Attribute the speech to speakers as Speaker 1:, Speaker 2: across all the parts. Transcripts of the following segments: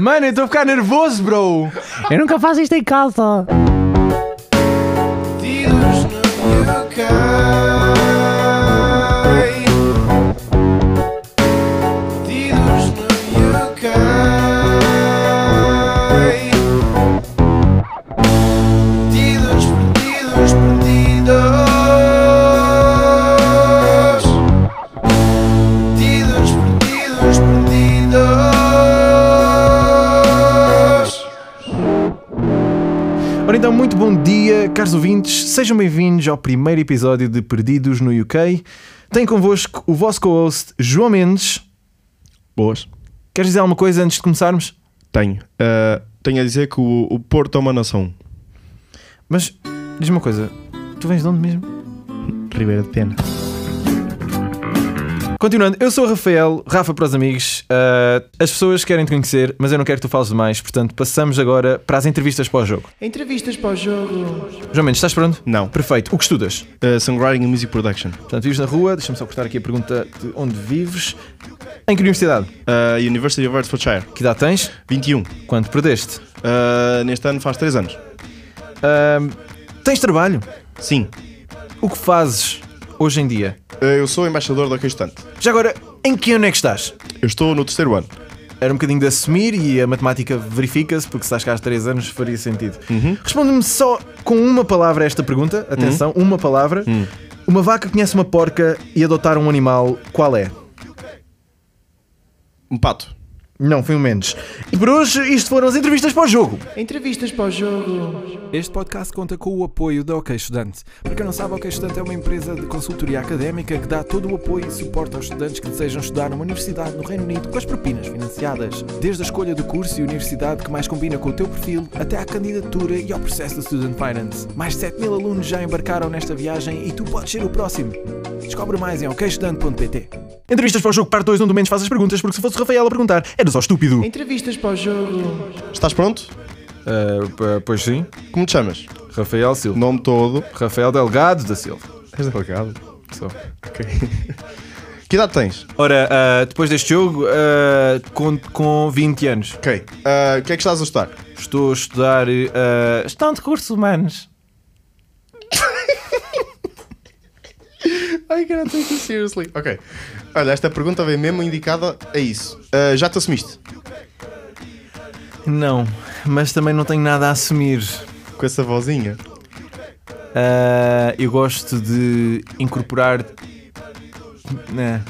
Speaker 1: Mano, eu estou a ficar nervoso, bro.
Speaker 2: Eu nunca faço isto em casa.
Speaker 3: Tiros no que cai. Tiros no que cai. Tiros perdidos, perdidos. Tiros perdidos, perdidos.
Speaker 1: Ora então, muito bom dia, caros ouvintes. Sejam bem-vindos ao primeiro episódio de Perdidos no UK. Tem convosco o vosso co-host João Mendes.
Speaker 4: Boas.
Speaker 1: Queres dizer alguma coisa antes de começarmos?
Speaker 4: Tenho. Uh, tenho a dizer que o, o Porto é uma nação.
Speaker 1: Mas diz-me uma coisa, tu vens de onde mesmo?
Speaker 4: Ribeira de Pena.
Speaker 1: Continuando, eu sou o Rafael, Rafa para os amigos. Ah, as pessoas querem te conhecer, mas eu não quero que tu fales demais, portanto passamos agora para as entrevistas pós-jogo.
Speaker 3: Entrevistas para o jogo.
Speaker 1: João Mendes, estás pronto?
Speaker 4: Não.
Speaker 1: Perfeito. O que estudas?
Speaker 4: Uh, songwriting and Music Production.
Speaker 1: Portanto, vives na rua, deixa-me só cortar aqui a pergunta de onde vives. Em que universidade?
Speaker 4: Uh, University of Hertfordshire.
Speaker 1: Que idade tens?
Speaker 4: 21.
Speaker 1: Quanto perdeste?
Speaker 4: Uh, neste ano faz 3 anos.
Speaker 1: Ahm, tens trabalho?
Speaker 4: Sim.
Speaker 1: O que fazes hoje em dia?
Speaker 4: Uh, eu sou embaixador do Estante.
Speaker 1: Já agora, em que ano é que estás?
Speaker 4: Eu estou no terceiro ano.
Speaker 1: Era um bocadinho de assumir e a matemática verifica-se, porque se estás cá há 3 anos faria sentido. Responde-me só com uma palavra a esta pergunta. Atenção, uma palavra. Uma vaca conhece uma porca e adotar um animal, qual é?
Speaker 4: Um pato.
Speaker 1: Não, foi um menos. E por hoje, isto foram as entrevistas para o jogo.
Speaker 3: Entrevistas para o jogo.
Speaker 5: Este podcast conta com o apoio da OK Estudante. Para quem não sabe, a OK Estudante é uma empresa de consultoria académica que dá todo o apoio e suporte aos estudantes que desejam estudar numa universidade no Reino Unido com as propinas financiadas. Desde a escolha do curso e universidade que mais combina com o teu perfil, até à candidatura e ao processo da Student Finance. Mais de 7 mil alunos já embarcaram nesta viagem e tu podes ser o próximo. Descobre mais em okestudante.pt.
Speaker 1: Entrevistas para o jogo, parte 2, onde o menos faz as perguntas, porque se fosse o Rafael a perguntar, era só estúpido.
Speaker 3: Entrevistas para o jogo.
Speaker 4: Estás pronto?
Speaker 1: Eh, pois sim,
Speaker 4: Como te chamas?
Speaker 1: Rafael Silva.
Speaker 4: Nome todo.
Speaker 1: Rafael Delgado da Silva.
Speaker 4: És delegado. Ok. que idade tens?
Speaker 1: Ora, ah, depois deste jogo, ah, conto com 20 anos.
Speaker 4: Ok. Uh, o que é que estás a estudar?
Speaker 1: Estou a estudar ah, gestão de recursos humanos.
Speaker 4: I cannot take this seriously. Ok. Olha, esta pergunta vem mesmo indicada a isso. Uh, já te assumiste?
Speaker 1: Não, mas também não tenho nada a assumir.
Speaker 4: Com essa vozinha?
Speaker 1: Ah, eu gosto de incorporar. Né.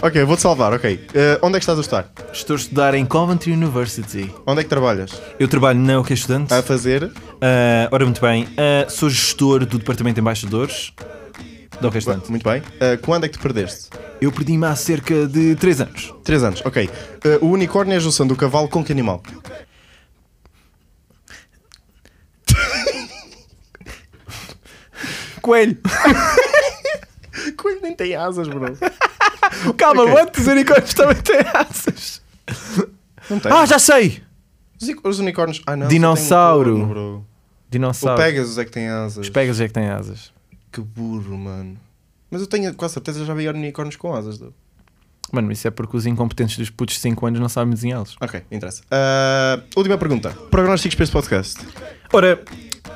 Speaker 4: Ok, vou-te salvar, ok. Eh, onde é que estás a estudar?
Speaker 1: Estou a estudar em Coventry University.
Speaker 4: Onde é que trabalhas?
Speaker 1: Eu trabalho na OK Estudante.
Speaker 4: A fazer?
Speaker 1: Ah, ora, muito bem. Ah, sou gestor do Departamento de Embaixadores da OK Estudante.
Speaker 4: Muito bem. Eh, quando é que te perdeste?
Speaker 1: Eu perdi-me há cerca de 3 anos.
Speaker 4: 3 anos, ok. Eh, o unicórnio é a junção do cavalo com que animal?
Speaker 1: Coelho!
Speaker 4: Coelho nem tem asas, bro.
Speaker 1: Calma,
Speaker 4: Ok.
Speaker 1: antes os unicórnios também têm asas.
Speaker 4: Não tem.
Speaker 1: Ah, já sei!
Speaker 4: Os ic- Os unicórnios. Ah, não. só tem um
Speaker 1: Dinossauro.
Speaker 4: corno, bro. O
Speaker 1: Dinossauro.
Speaker 4: Pegasus é que tem asas.
Speaker 1: Os Pegasus é que têm asas.
Speaker 4: Que burro, mano. Mas eu tenho com certeza já vi unicórnios com asas, though.
Speaker 1: Mano, isso é porque os incompetentes dos putos de 5 anos não sabem desenhá-los.
Speaker 4: Ok, interessa. Eh, última pergunta. Prognósticos para este podcast?
Speaker 1: Ora,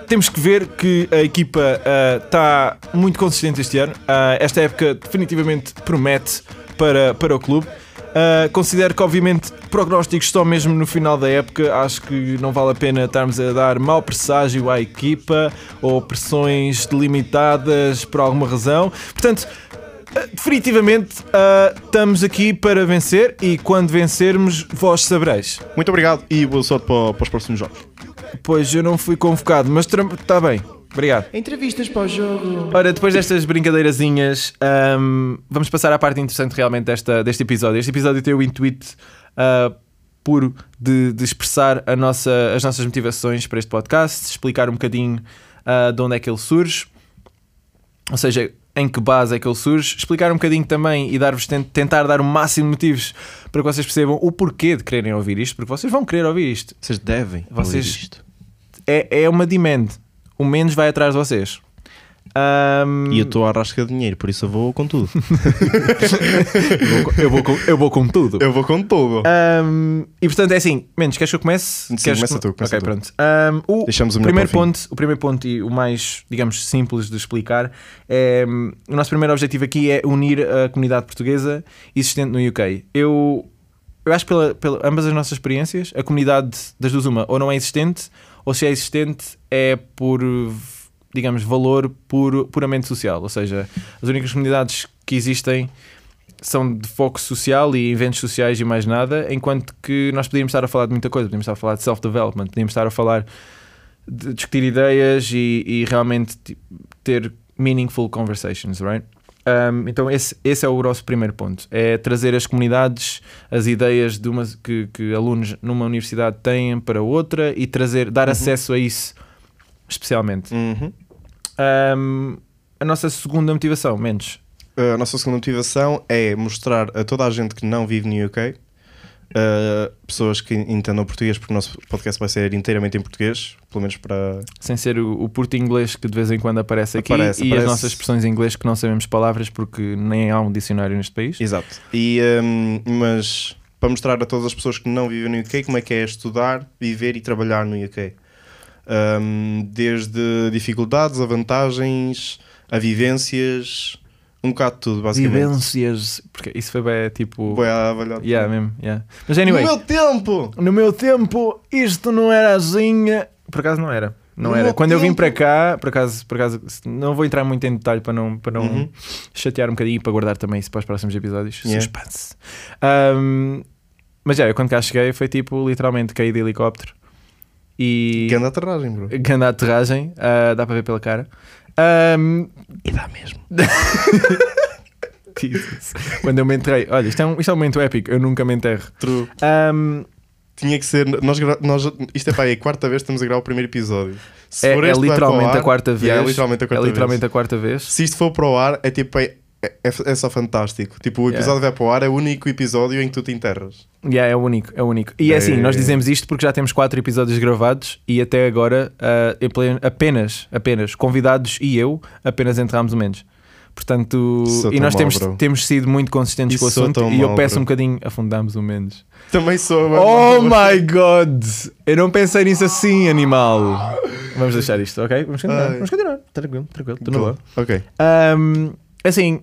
Speaker 1: temos que ver que a equipa está muito consistente este ano. Ah, esta época definitivamente promete para, para o clube. Ah, considero que, obviamente, prognósticos só mesmo no final da época. Acho que não vale a pena estarmos a dar mau presságio à equipa ou pressões delimitadas por alguma razão. Portanto, ah, definitivamente ah, estamos aqui para vencer e quando vencermos, vós sabereis.
Speaker 4: Muito obrigado e boa sorte para, para os próximos jogos.
Speaker 1: Pois eu não fui convocado, mas está bem. Obrigado.
Speaker 3: Entrevistas para o jogo.
Speaker 1: Ora, depois destas brincadeirazinhas, ahm, vamos passar à parte interessante realmente desta, deste episódio. Este episódio tem o intuito ah, puro de, de expressar a nossa- as nossas motivações para este podcast, explicar um bocadinho ah, de onde é que ele surge, ou seja, em que base é que ele surge, explicar um bocadinho também e dar-vos ten- tentar dar o máximo de motivos para que vocês percebam o porquê de quererem ouvir isto, porque vocês vão querer ouvir isto.
Speaker 4: Vocês devem.
Speaker 1: Vocês- ouvir isto. é, é uma demand. O menos vai atrás de vocês. Ahm,
Speaker 4: E eu estou à rasca de dinheiro, por isso eu vou com tudo.
Speaker 1: eu vou com- eu, vou com, eu vou com tudo.
Speaker 4: eu vou com tudo.
Speaker 1: Ahm, e portanto é assim, menos, queres que eu comece?
Speaker 4: Sim,
Speaker 1: Queres
Speaker 4: começa
Speaker 1: que-
Speaker 4: tu, começa
Speaker 1: ok,
Speaker 4: tu.
Speaker 1: pronto. Ahm, o
Speaker 4: Deixamos o melhor
Speaker 1: primeiro
Speaker 4: para o fim.
Speaker 1: ponto, o primeiro ponto e o mais, digamos, simples de explicar é hum, o nosso primeiro objetivo aqui é unir a comunidade portuguesa existente no UK. Eu, eu acho que pela, pela ambas as nossas experiências, a comunidade das duas uma ou não é existente, ou se é existente é por digamos valor puro, puramente social, ou seja, as únicas comunidades que existem são de foco social e eventos sociais e mais nada, enquanto que nós podíamos estar a falar de muita coisa, podíamos estar a falar de self-development, podíamos estar a falar de discutir ideias e, e realmente ti- ter meaningful conversations, right? Um, então esse, esse é o nosso primeiro ponto, é trazer as comunidades, as ideias de uma, que, que alunos numa universidade têm para outra e trazer, dar acesso a isso especialmente.
Speaker 4: Uhum.
Speaker 1: Um, a nossa segunda motivação, menos.
Speaker 4: A nossa segunda motivação é mostrar a toda a gente que não vive no UK, uh, pessoas que entendam português, porque o nosso podcast vai ser inteiramente em português, pelo menos para.
Speaker 1: Sem ser o, o porto inglês que de vez em quando aparece aqui
Speaker 4: Aparece,
Speaker 1: e
Speaker 4: aparece.
Speaker 1: as nossas expressões em inglês que não sabemos palavras porque nem há um dicionário neste país.
Speaker 4: Exato. E, um, mas para mostrar a todas as pessoas que não vivem no UK como é que é estudar, viver e trabalhar no UK. Um, desde dificuldades, a vantagens, a vivências, um bocado de tudo, basicamente.
Speaker 1: Vivências. Porque isso foi bem tipo.
Speaker 4: Boa, avaliar.
Speaker 1: Yeah, mesmo. Yeah. Mas anyway,
Speaker 4: No meu tempo!
Speaker 1: no meu tempo isto não era assim. Por acaso não era. Não
Speaker 4: eh, No
Speaker 1: era.
Speaker 4: meu
Speaker 1: Quando eu vim
Speaker 4: tempo-
Speaker 1: para cá, por acaso, por acaso, não vou entrar muito em detalhe para não, para não
Speaker 4: Uhum.
Speaker 1: chatear um bocadinho e para guardar também isso para os próximos episódios.
Speaker 4: Yeah.
Speaker 1: Suspense. Ahm, mas já, eu quando cá cheguei foi tipo literalmente caí de helicóptero e.
Speaker 4: Que anda aterragem, bro.
Speaker 1: grande aterragem, ah, dá para ver pela cara. Um, Ahm,
Speaker 4: E dá mesmo.
Speaker 1: Jesus. Quando eu me enterrei, olha, isto é, um, isto é um momento épico, eu nunca me enterro.
Speaker 4: True.
Speaker 1: Ahm,
Speaker 4: Tinha que ser. Nós, gra- nós, isto é pá, é a quarta vez que estamos a gravar o primeiro episódio. Se
Speaker 1: é,
Speaker 4: for
Speaker 1: é
Speaker 4: este que vai para o
Speaker 1: literalmente
Speaker 4: ar,
Speaker 1: a quarta vez.
Speaker 4: yeah, é literalmente a quarta
Speaker 1: É literalmente a
Speaker 4: vez.
Speaker 1: quarta vez.
Speaker 4: Se isto for para o ar, é tipo. É, é, é só fantástico. Tipo, o
Speaker 1: Yeah.
Speaker 4: episódio vai para o ar, é o único episódio em que tu te enterras.
Speaker 1: Yeah, é o único, é o único. E é assim, nós dizemos isto porque já temos quatro episódios gravados e até agora ah, em pleno- apenas, apenas convidados e eu apenas enterramos o menos. Portanto,
Speaker 4: Sou
Speaker 1: e
Speaker 4: tão
Speaker 1: nós
Speaker 4: mau,
Speaker 1: temos,
Speaker 4: bro.
Speaker 1: temos sido muito consistentes
Speaker 4: Isso
Speaker 1: com o
Speaker 4: sou
Speaker 1: assunto
Speaker 4: tão
Speaker 1: e eu
Speaker 4: mau,
Speaker 1: peço
Speaker 4: bro.
Speaker 1: um bocadinho afundamos o menos.
Speaker 4: Também sou.
Speaker 1: Oh my god! Eu não pensei nisso assim, animal! Vamos deixar isto, ok? Vamos continuar.
Speaker 4: Ai.
Speaker 1: Vamos continuar. Tranquilo, tranquilo. Tudo
Speaker 4: Boa.
Speaker 1: bom.
Speaker 4: Ok.
Speaker 1: Ahm, assim,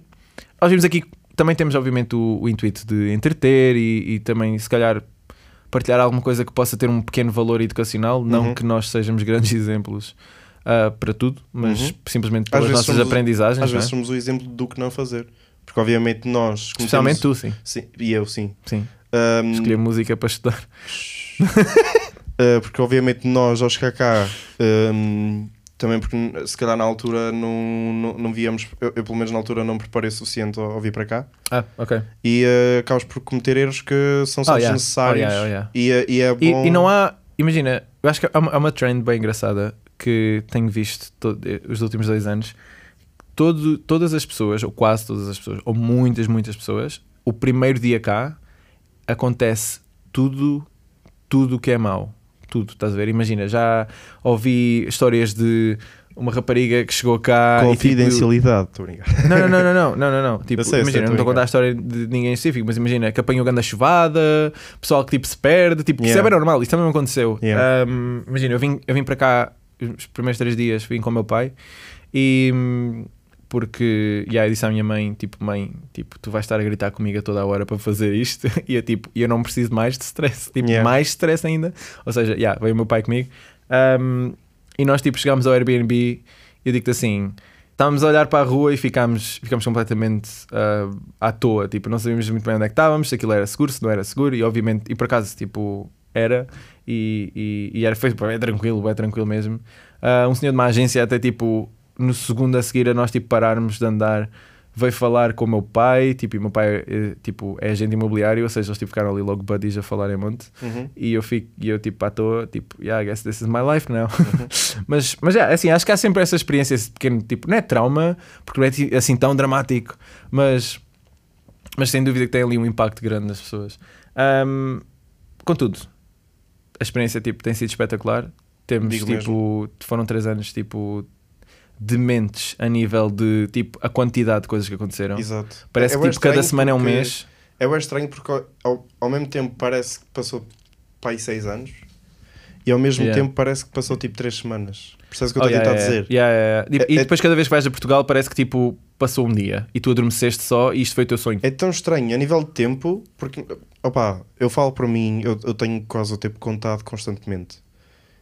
Speaker 1: nós vimos aqui. Também temos, obviamente, o, o intuito de entreter e, e também, se calhar, partilhar alguma coisa que possa ter um pequeno valor educacional. Não
Speaker 4: Uhum.
Speaker 1: que nós sejamos grandes exemplos ah, para tudo, mas
Speaker 4: Uhum.
Speaker 1: simplesmente
Speaker 4: Às
Speaker 1: pelas
Speaker 4: vezes
Speaker 1: nossas
Speaker 4: somos-
Speaker 1: aprendizagens.
Speaker 4: Às
Speaker 1: não é?
Speaker 4: vezes somos o exemplo do que não fazer. Porque, obviamente, nós. cometemos-
Speaker 1: Especialmente tu, sim.
Speaker 4: Sim, e eu, sim.
Speaker 1: Sim.
Speaker 4: Ahm,
Speaker 1: Escolher música para estudar.
Speaker 4: Uh, porque obviamente nós aos KK um, também porque se calhar na altura não, não, não víamos, eu, eu, pelo menos na altura não me preparei o suficiente ao, ao vir para cá
Speaker 1: Ah, ok.
Speaker 4: e uh, acabas por cometer erros que são só
Speaker 1: Oh, yeah.
Speaker 4: desnecessários
Speaker 1: Oh, yeah, oh, yeah.
Speaker 4: E, é- e é
Speaker 1: E,
Speaker 4: bom
Speaker 1: e não há. Imagina, eu acho que há uma, há uma trend bem engraçada que tenho visto todo- os últimos dois anos. Todo, todas as pessoas, ou quase todas as pessoas, ou muitas, muitas pessoas, o primeiro dia cá acontece tudo, tudo que é mau. Tudo, estás a ver? Imagina, já ouvi histórias de uma rapariga que chegou cá e, tipo,
Speaker 4: confidencialidade estou a brincar.
Speaker 1: não, não, não, não, não, não, não, não. Tipo,
Speaker 4: Eu sei, eu sei,
Speaker 1: imagina, não
Speaker 4: tô
Speaker 1: estou a contar
Speaker 4: brincando.
Speaker 1: a história de ninguém em específico, mas imagina que apanhou grande chuvada, pessoal que tipo se perde, tipo,
Speaker 4: Yeah.
Speaker 1: isso é bem normal, isso também me aconteceu.
Speaker 4: Yeah.
Speaker 1: Um, imagina, eu vim, eu vim para cá os primeiros três dias, vim com o meu pai e hum, porque yeah, eu disse à minha mãe, tipo, mãe, tipo, tu vais estar a gritar comigo a toda a hora para fazer isto, e eu tipo, eu não preciso mais de stress, tipo,
Speaker 4: Yeah.
Speaker 1: mais stress ainda. Ou seja, yeah, veio o meu pai comigo. Um, e nós tipo chegámos ao Airbnb e eu digo-te assim, estávamos a olhar para a rua e ficámos, ficámos completamente ah, à toa, tipo, não sabíamos muito bem onde é que estávamos, se aquilo era seguro, se não era seguro, e obviamente, e por acaso, tipo, era, e, e, e era, foi bem tranquilo, bem tranquilo mesmo. Ah, um senhor de uma agência até, tipo, no segundo a seguir a nós, tipo, pararmos de andar, veio falar com o meu pai, tipo, e o meu pai, eh, tipo, é agente imobiliário, ou seja, eles tipo, ficaram ali logo buddies a falar em monte,
Speaker 4: Uhum.
Speaker 1: e eu fico, e eu tipo à toa, tipo, yeah, I guess this is my life now.
Speaker 4: Uhum.
Speaker 1: mas, mas é, assim, acho que há sempre essa experiência, esse pequeno tipo, não é trauma, porque não é ti- assim tão dramático, mas, mas sem dúvida que tem ali um impacto grande nas pessoas. Ahm, contudo, a experiência tipo, tem sido espetacular. Temos
Speaker 4: Digo
Speaker 1: tipo, foram três anos tipo dementes a nível de tipo a quantidade de coisas que aconteceram.
Speaker 4: Exato.
Speaker 1: Parece
Speaker 4: É
Speaker 1: que
Speaker 4: bué
Speaker 1: tipo, cada
Speaker 4: estranho
Speaker 1: semana é um
Speaker 4: porque-
Speaker 1: mês.
Speaker 4: É bem estranho porque ao- ao, ao mesmo tempo parece que passou para aí 6 anos e ao mesmo
Speaker 1: Yeah.
Speaker 4: tempo parece que passou tipo 3 semanas. Percebes o que eu
Speaker 1: Oh,
Speaker 4: estou a
Speaker 1: yeah,
Speaker 4: tentar
Speaker 1: yeah,
Speaker 4: dizer?
Speaker 1: yeah, yeah, yeah. E, e
Speaker 4: É- é-
Speaker 1: depois, cada vez que vais a Portugal, parece que tipo passou um dia e tu adormeceste só e isto foi o teu sonho.
Speaker 4: É tão estranho a nível de tempo, porque opa, eu falo para mim, eu, eu tenho quase o tempo contado constantemente.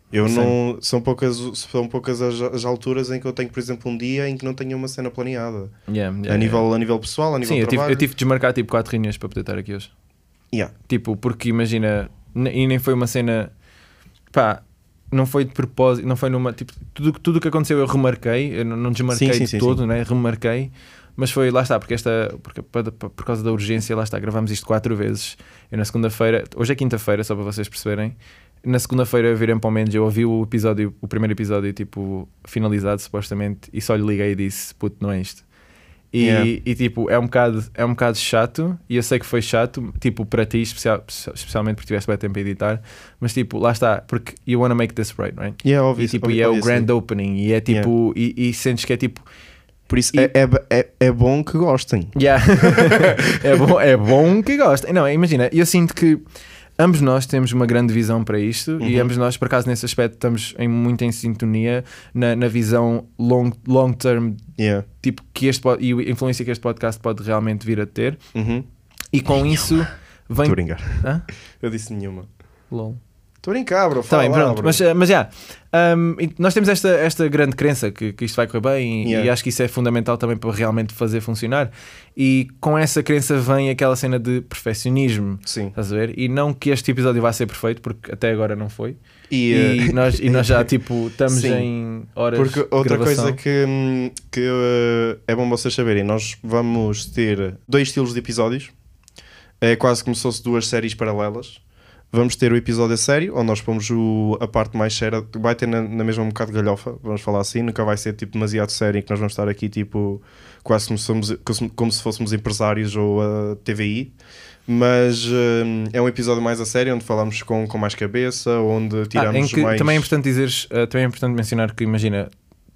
Speaker 4: Eu
Speaker 1: Sim.
Speaker 4: não são poucas, são poucas as, as alturas em que eu tenho, por exemplo, um dia em que não tenho uma cena planeada.
Speaker 1: Yeah, yeah,
Speaker 4: a,
Speaker 1: yeah.
Speaker 4: nível, a nível pessoal, a nível
Speaker 1: Sim,
Speaker 4: de
Speaker 1: eu tive,
Speaker 4: trabalho.
Speaker 1: eu tive de desmarcar tipo 4 reuniões para poder estar aqui hoje.
Speaker 4: Yeah.
Speaker 1: Tipo, porque imagina, n- e nem foi uma cena. Pá, não foi de propósito, não foi numa. Tipo, tudo tudo o que aconteceu eu remarquei, eu não, não desmarquei
Speaker 4: Sim, sim,
Speaker 1: de
Speaker 4: sim,
Speaker 1: todo, né? Remarquei. Mas foi, lá está, porque esta. Porque, pa- pa- por causa da urgência, lá está, gravámos isto quatro vezes. Eu na segunda-feira, hoje é quinta-feira, só para vocês perceberem. Na segunda-feira virem para o menos, eu ouvi o episódio, o primeiro episódio, tipo, finalizado supostamente, e só lhe liguei e disse: puto, não é isto. E,
Speaker 4: Yeah.
Speaker 1: e, tipo, é um, bocado, é um bocado chato, e eu sei que foi chato, tipo, para ti, especial, especialmente porque tiveste bem tempo a editar, mas tipo, lá está, porque you wanna make this right, right?
Speaker 4: Yeah, óbvio,
Speaker 1: e tipo,
Speaker 4: óbvio,
Speaker 1: e é o
Speaker 4: óbvio, sim.
Speaker 1: grand opening, e é tipo, e, e sentes que é tipo,
Speaker 4: Por isso
Speaker 1: e-
Speaker 4: é, é, é, é bom que gostem.
Speaker 1: yeah. é, bom, é bom que gostem. Não, imagina, eu sinto que ambos nós temos uma grande visão para isto e
Speaker 4: Uhum.
Speaker 1: ambos nós, por acaso, nesse aspecto, estamos em, muito em sintonia na, na visão long, long term,
Speaker 4: Yeah.
Speaker 1: tipo, que este, pod- e a influência que este podcast pode realmente vir a ter,
Speaker 4: Uhum.
Speaker 1: e com isso
Speaker 4: Estou
Speaker 1: vem.
Speaker 4: a brincar.
Speaker 1: Hã?
Speaker 4: Eu disse nenhuma.
Speaker 1: Lol.
Speaker 4: Estou a brincar, bro.
Speaker 1: Tá
Speaker 4: Fala,
Speaker 1: bem,
Speaker 4: lá,
Speaker 1: pronto.
Speaker 4: bro.
Speaker 1: Mas, eh, mas já, ahm, e nós temos esta, esta grande crença que, que isto vai correr bem e,
Speaker 4: Yeah.
Speaker 1: e acho que isso é fundamental também para realmente fazer funcionar. E com essa crença vem aquela cena de perfeccionismo.
Speaker 4: Sim.
Speaker 1: Estás a ver? E não que este episódio vá ser perfeito, porque até agora não foi.
Speaker 4: E,
Speaker 1: E,
Speaker 4: eh,
Speaker 1: nós, e nós já, tipo, estamos
Speaker 4: Sim.
Speaker 1: em horas.
Speaker 4: Porque outra
Speaker 1: de gravação.
Speaker 4: coisa que, hum, que eh, é bom vocês saberem, nós vamos ter dois estilos de episódios. É quase como se fosse duas séries paralelas. Vamos ter o episódio a sério, onde nós pomos o- a parte mais séria, que vai ter na, na mesma um bocado de galhofa, vamos falar assim, nunca vai ser tipo demasiado sério em que nós vamos estar aqui tipo quase como, somos, como- como se fôssemos empresários ou a TVI, mas hum, é um episódio mais a sério, onde falamos com, com mais cabeça, onde
Speaker 1: Ah, em
Speaker 4: tiramos
Speaker 1: que
Speaker 4: mais...
Speaker 1: Também é importante dizeres, eh, também é importante mencionar que imagina,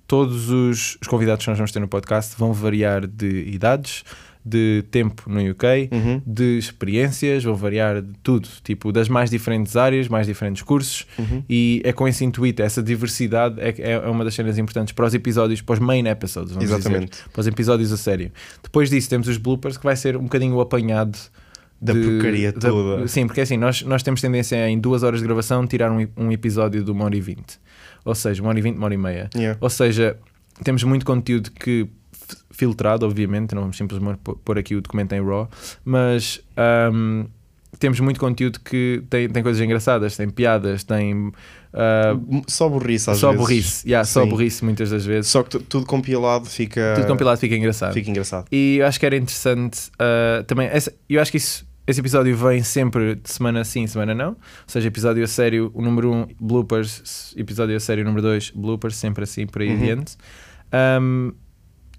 Speaker 1: todos os, os convidados que nós vamos ter no podcast vão variar de idades, de tempo no UK,
Speaker 4: Uhum.
Speaker 1: de experiências, vão variar de tudo, tipo das mais diferentes áreas, mais diferentes cursos,
Speaker 4: Uhum.
Speaker 1: e é com esse intuito, essa diversidade é, que é é uma das cenas importantes para os episódios, para os main episodes, vamos dizer,
Speaker 4: Exatamente.
Speaker 1: para os episódios a sério. Depois disso temos os bloopers, que vai ser um bocadinho o apanhado
Speaker 4: Da
Speaker 1: de-
Speaker 4: porcaria toda.
Speaker 1: Sim, porque assim, nós, nós temos tendência a, em duas horas de gravação tirar um, um episódio de uma hora e vinte. Ou seja, uma hora e vinte, uma hora e meia.
Speaker 4: Yeah.
Speaker 1: Ou seja, temos muito conteúdo que f- filtrado, obviamente, não vamos simplesmente pô- pôr aqui o documento em RAW, mas ahm, temos muito conteúdo que tem, tem coisas engraçadas, tem piadas, tem ah,
Speaker 4: Só burrice às
Speaker 1: só
Speaker 4: vezes.
Speaker 1: burrice, yeah, só
Speaker 4: Sim.
Speaker 1: burrice muitas das vezes.
Speaker 4: Só que tu- tudo compilado fica.
Speaker 1: Tudo compilado fica engraçado.
Speaker 4: Fica engraçado.
Speaker 1: E eu acho que era interessante ah, também. essa- eu acho que isso- esse episódio vem sempre de semana sim, semana não. Ou seja, episódio a sério, o número 1, um, bloopers. Episódio a sério, número 2, bloopers. Sempre assim, por aí
Speaker 4: Uhum.
Speaker 1: adiante. Ahm,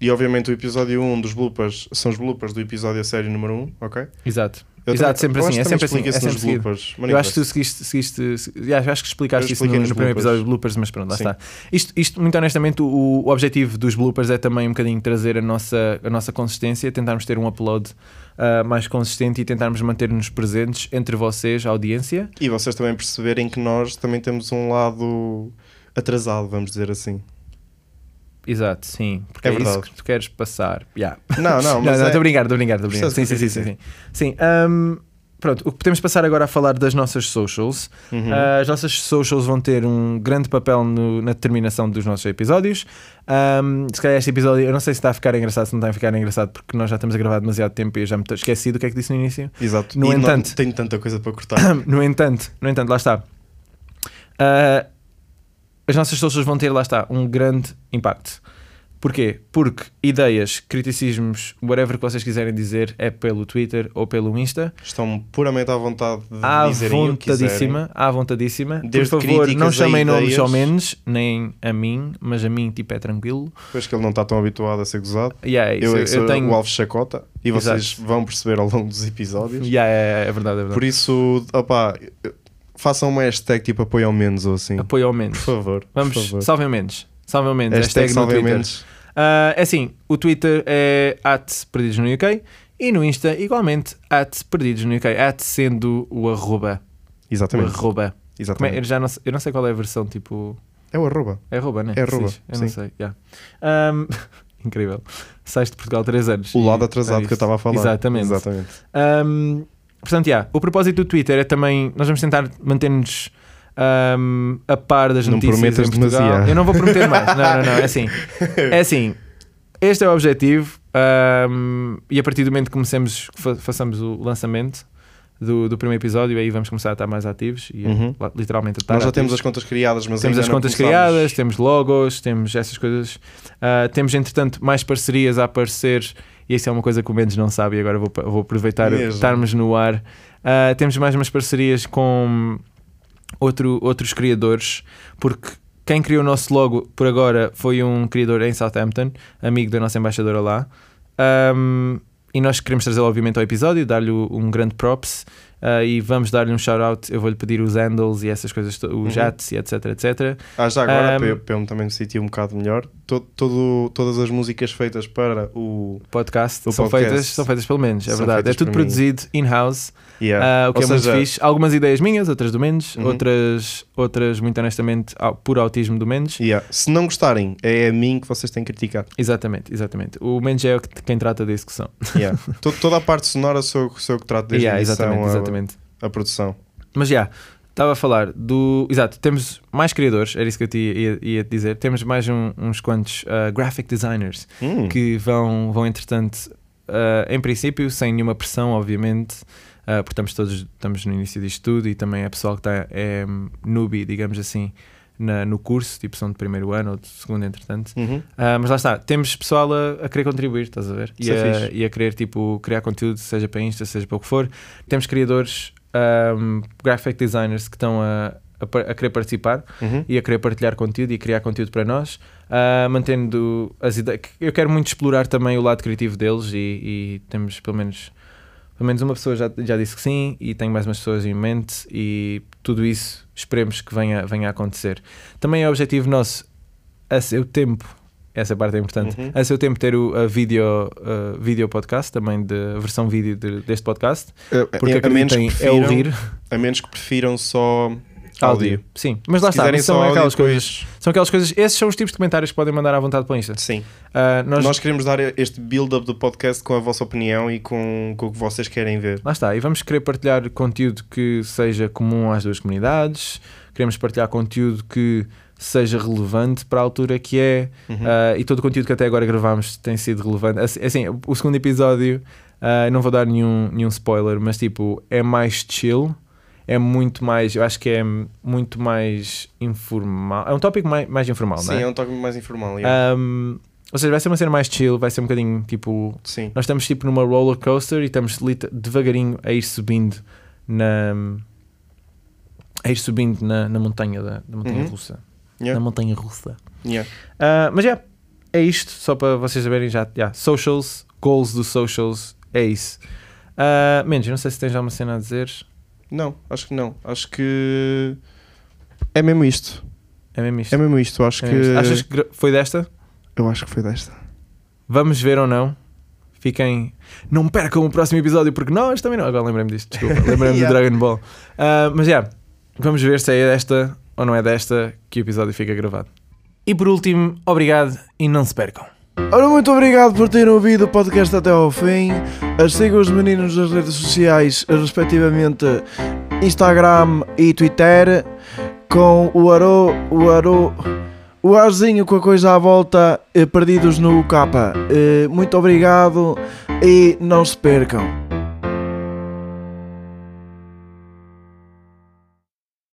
Speaker 4: E obviamente o episódio 1 dos bloopers são os bloopers do episódio a série número 1, ok?
Speaker 1: exato. Exato, sempre
Speaker 4: eu
Speaker 1: assim, é sempre assim,
Speaker 4: acho que também
Speaker 1: é
Speaker 4: explica-se
Speaker 1: sempre
Speaker 4: nos
Speaker 1: seguido.
Speaker 4: bloopers.
Speaker 1: Eu acho que tu seguiste, seguiste se- yeah, acho que explicaste
Speaker 4: Eu
Speaker 1: isso no,
Speaker 4: expliquei nos
Speaker 1: no primeiro
Speaker 4: bloopers.
Speaker 1: episódio de bloopers, mas pronto, lá
Speaker 4: Sim.
Speaker 1: está. Isto, isto, muito honestamente, o, o objetivo dos bloopers é também um bocadinho trazer a nossa, a nossa consistência, tentarmos ter um upload ah, mais consistente e tentarmos manter-nos presentes entre vocês, a audiência.
Speaker 4: E vocês também perceberem que nós também temos um lado atrasado, vamos dizer assim.
Speaker 1: Exato, sim, porque é,
Speaker 4: É
Speaker 1: isso
Speaker 4: verdade.
Speaker 1: que tu queres passar. Yeah.
Speaker 4: Não, não,
Speaker 1: não,
Speaker 4: mas
Speaker 1: não,
Speaker 4: é-
Speaker 1: estou a brincar, estou a brincar, estou a brincar. Sim,
Speaker 4: Percebes
Speaker 1: sim,
Speaker 4: o que
Speaker 1: sim,
Speaker 4: eu
Speaker 1: sim.
Speaker 4: quero
Speaker 1: sim. Sim, ahm, pronto, o que podemos passar agora a falar das nossas socials.
Speaker 4: Uhum.
Speaker 1: Ah, as nossas socials vão ter um grande papel no- na determinação dos nossos episódios. Ahm, se calhar este episódio, eu não sei se está a ficar engraçado, se não está a ficar engraçado, porque nós já estamos a gravar demasiado tempo e eu já me estou esquecido o que é que disse no início.
Speaker 4: Exato.
Speaker 1: No
Speaker 4: e
Speaker 1: entanto-
Speaker 4: não tenho tanta coisa para cortar.
Speaker 1: No entanto, no entanto, lá está. Ah, as nossas socials vão ter, lá está, um grande impacto. Porquê? Porque ideias, criticismos, whatever que vocês quiserem dizer, é pelo Twitter ou pelo Insta.
Speaker 4: Estão puramente à vontade de
Speaker 1: À
Speaker 4: dizerem o que quiserem.
Speaker 1: vontadíssima, à vontadíssima.
Speaker 4: Desde
Speaker 1: Por favor, não
Speaker 4: críticas a
Speaker 1: chamem nomes
Speaker 4: ideias.
Speaker 1: ao menos, nem a mim, mas a mim, tipo, é tranquilo.
Speaker 4: Depois que ele não está tão habituado a ser gozado.
Speaker 1: Yeah, é isso.
Speaker 4: eu é que sou
Speaker 1: tenho...
Speaker 4: o Alves Chacota e vocês
Speaker 1: Exato.
Speaker 4: vão perceber ao longo dos episódios.
Speaker 1: Yeah, é, é verdade, é verdade.
Speaker 4: Por isso, opá, façam uma hashtag tipo apoio ao menos ou assim.
Speaker 1: Apoio ao
Speaker 4: Por
Speaker 1: menos.
Speaker 4: favor.
Speaker 1: Vamos,
Speaker 4: por favor.
Speaker 1: salvem menos. Salvem Mendes. Hashtag
Speaker 4: Hashtag
Speaker 1: no
Speaker 4: salvem
Speaker 1: Twitter.
Speaker 4: menos.
Speaker 1: Ah, é assim, o Twitter é at perdidos no UK e no Insta igualmente at perdidos no UK. At sendo o arroba. O
Speaker 4: Exatamente.
Speaker 1: arroba. Como é?
Speaker 4: Exatamente.
Speaker 1: Eu, já não, sei- eu não sei qual é a versão, tipo...
Speaker 4: É o arroba.
Speaker 1: É arroba, né?
Speaker 4: É arroba,
Speaker 1: Sim, Eu não
Speaker 4: sim.
Speaker 1: sei, yeah. Ahm, Incrível. Sais de Portugal 3 anos.
Speaker 4: O lado
Speaker 1: E- é
Speaker 4: atrasado que
Speaker 1: isto.
Speaker 4: eu estava a falar.
Speaker 1: Exatamente.
Speaker 4: Exatamente.
Speaker 1: Um, portanto, yeah, o propósito do Twitter é também. Nós vamos tentar manter-nos um, a par das
Speaker 4: Não
Speaker 1: notícias.
Speaker 4: prometas
Speaker 1: em Portugal.
Speaker 4: demasiado.
Speaker 1: Eu não vou prometer mais. não, não, não. É assim. É assim. Este é o objetivo. um, e a partir do momento que comecemos, que fa- façamos o lançamento do, do primeiro episódio, aí vamos começar a estar mais ativos. E
Speaker 4: Uhum.
Speaker 1: lá- literalmente a estar
Speaker 4: Nós já
Speaker 1: ativos.
Speaker 4: temos as contas criadas, mas
Speaker 1: Tá Temos
Speaker 4: ainda
Speaker 1: as
Speaker 4: não
Speaker 1: contas
Speaker 4: começámos.
Speaker 1: criadas, temos logos, temos essas coisas. Ah, temos, entretanto, mais parcerias a aparecer. E isso é uma coisa que o Mendes não sabe. E agora vou, vou aproveitar
Speaker 4: Mesmo.
Speaker 1: estarmos no ar. Ah, temos mais umas parcerias com outro, outros criadores. Porque quem criou o nosso logo por agora foi um criador em Southampton, amigo da nossa embaixadora lá. Ahm, e nós queremos trazê-lo, obviamente, ao episódio, dar-lhe um grande props. ah, e vamos dar-lhe um shout-out. Eu vou-lhe pedir os handles e essas coisas, to- os
Speaker 4: Uhum.
Speaker 1: hats e etc, etc.
Speaker 4: Ah, já agora,
Speaker 1: Ahm.
Speaker 4: para eu- para eu me também me sentir um bocado melhor, to- todo- todas as músicas feitas para o.
Speaker 1: podcast,
Speaker 4: O
Speaker 1: são,
Speaker 4: podcast.
Speaker 1: Feitas, são feitas pelo menos, é
Speaker 4: São
Speaker 1: verdade. É
Speaker 4: feitas
Speaker 1: tudo
Speaker 4: por mim.
Speaker 1: produzido in-house,
Speaker 4: Yeah.
Speaker 1: ah, o que
Speaker 4: Ou
Speaker 1: é
Speaker 4: seja,
Speaker 1: muito fixe. Algumas ideias minhas, outras do Mendes,
Speaker 4: Uhum.
Speaker 1: outras, outras, muito honestamente, ao- por autismo do Mendes.
Speaker 4: yeah. Se não gostarem, é a mim que vocês têm que criticar.
Speaker 1: Exatamente, exatamente. O Mendes é o que- quem trata da execução.
Speaker 4: Yeah. To- toda a parte sonora sou, eu- sou eu que trato desde é
Speaker 1: Yeah,
Speaker 4: a edição
Speaker 1: exatamente,
Speaker 4: à-
Speaker 1: exatamente.
Speaker 4: à produção.
Speaker 1: Mas já, estava a falar do. Exato, temos mais criadores, era isso que eu te ia, ia te dizer. Temos mais um- uns quantos ah, graphic designers.
Speaker 4: Hum.
Speaker 1: que vão, vão entretanto, ah, em princípio, sem nenhuma pressão, obviamente, ah, porque estamos todos estamos no início disto tudo e também é pessoal que está é, hum, newbie, digamos assim, na- no curso, tipo são de primeiro ano ou de segundo, entretanto.
Speaker 4: Uhum.
Speaker 1: Ah, mas lá está, temos pessoal a, a querer contribuir, estás a ver? E,
Speaker 4: Isso é
Speaker 1: a,
Speaker 4: fixe.
Speaker 1: e a querer tipo, criar conteúdo, seja para Insta, seja para o que for. Temos criadores, ahm, graphic designers que estão a, a par- a querer participar
Speaker 4: Uhum.
Speaker 1: e a querer partilhar conteúdo e criar conteúdo para nós, ah, mantendo as ideias. Eu quero muito explorar também o lado criativo deles e, e temos pelo menos pelo menos uma pessoa já, já disse que sim e tenho mais umas pessoas em mente e tudo isso esperemos que venha, venha a acontecer. Também é objetivo nosso a seu tempo. Essa parte é importante.
Speaker 4: Uhum.
Speaker 1: A seu tempo ter o a vídeo, a vídeo podcast, também de, a versão vídeo de- deste podcast, porque
Speaker 4: Eh, a, menos
Speaker 1: acreditem,
Speaker 4: que
Speaker 1: é
Speaker 4: prefiram,
Speaker 1: o rir
Speaker 4: a menos que prefiram só áudio.
Speaker 1: áudio. Sim, mas lá
Speaker 4: Se
Speaker 1: está,
Speaker 4: quiserem
Speaker 1: são
Speaker 4: só áudio,
Speaker 1: aquelas coisas
Speaker 4: depois-
Speaker 1: são aquelas coisas. Esses são os tipos de comentários que podem mandar à vontade pelo Insta.
Speaker 4: Sim.
Speaker 1: Ah, nós,
Speaker 4: Nós... queremos dar este build-up do podcast com a vossa opinião e com, com o que vocês querem ver.
Speaker 1: Lá está. E vamos querer partilhar conteúdo que seja comum às duas comunidades. Queremos partilhar conteúdo que seja relevante para a altura que é.
Speaker 4: Uhum.
Speaker 1: Ah, e todo o conteúdo que até agora gravámos tem sido relevante. Assim, assim, o segundo episódio, ah, não vou dar nenhum, nenhum spoiler, mas tipo, é mais chill. É muito mais, eu acho que é muito mais informal. É um tópico mais, mais informal,
Speaker 4: Sim,
Speaker 1: não é?
Speaker 4: é um toque mais informal. yeah.
Speaker 1: Ahm, ou seja, vai ser uma cena mais chill, vai ser um bocadinho tipo.
Speaker 4: Sim.
Speaker 1: Nós estamos tipo numa roller coaster e estamos lit- devagarinho a ir subindo na. a ir subindo na, na montanha da, da montanha
Speaker 4: Uhum.
Speaker 1: russa.
Speaker 4: Yeah.
Speaker 1: Na montanha russa.
Speaker 4: Yeah.
Speaker 1: Ah, mas já, é isto, só para vocês saberem já. já, Socials, goals do socials, é isso. Ah, menos, eu não sei se tens já uma cena a dizer.
Speaker 4: Não, acho que não. Acho que é mesmo isto.
Speaker 1: É mesmo isto.
Speaker 4: É mesmo isto. Acho
Speaker 1: É
Speaker 4: que
Speaker 1: mesmo isto. Achas que gra- foi desta?
Speaker 4: eu acho que foi desta.
Speaker 1: Vamos ver ou não. Fiquem. Não percam o próximo episódio, porque nós também não. Agora lembrei-me disto, desculpa. Lembrei-me
Speaker 4: Yeah.
Speaker 1: do Dragon Ball. Ah, mas já, vamos ver se é desta ou não é desta que o episódio fica gravado. E por último, obrigado e não se percam.
Speaker 3: Ora, muito obrigado por terem ouvido o podcast até ao fim. As sigam os meninos das redes sociais, respectivamente Instagram e Twitter, com o Aro, o Aro, o Arzinho com a coisa à volta, eh, perdidos no capa. Eh, Muito obrigado e não se percam.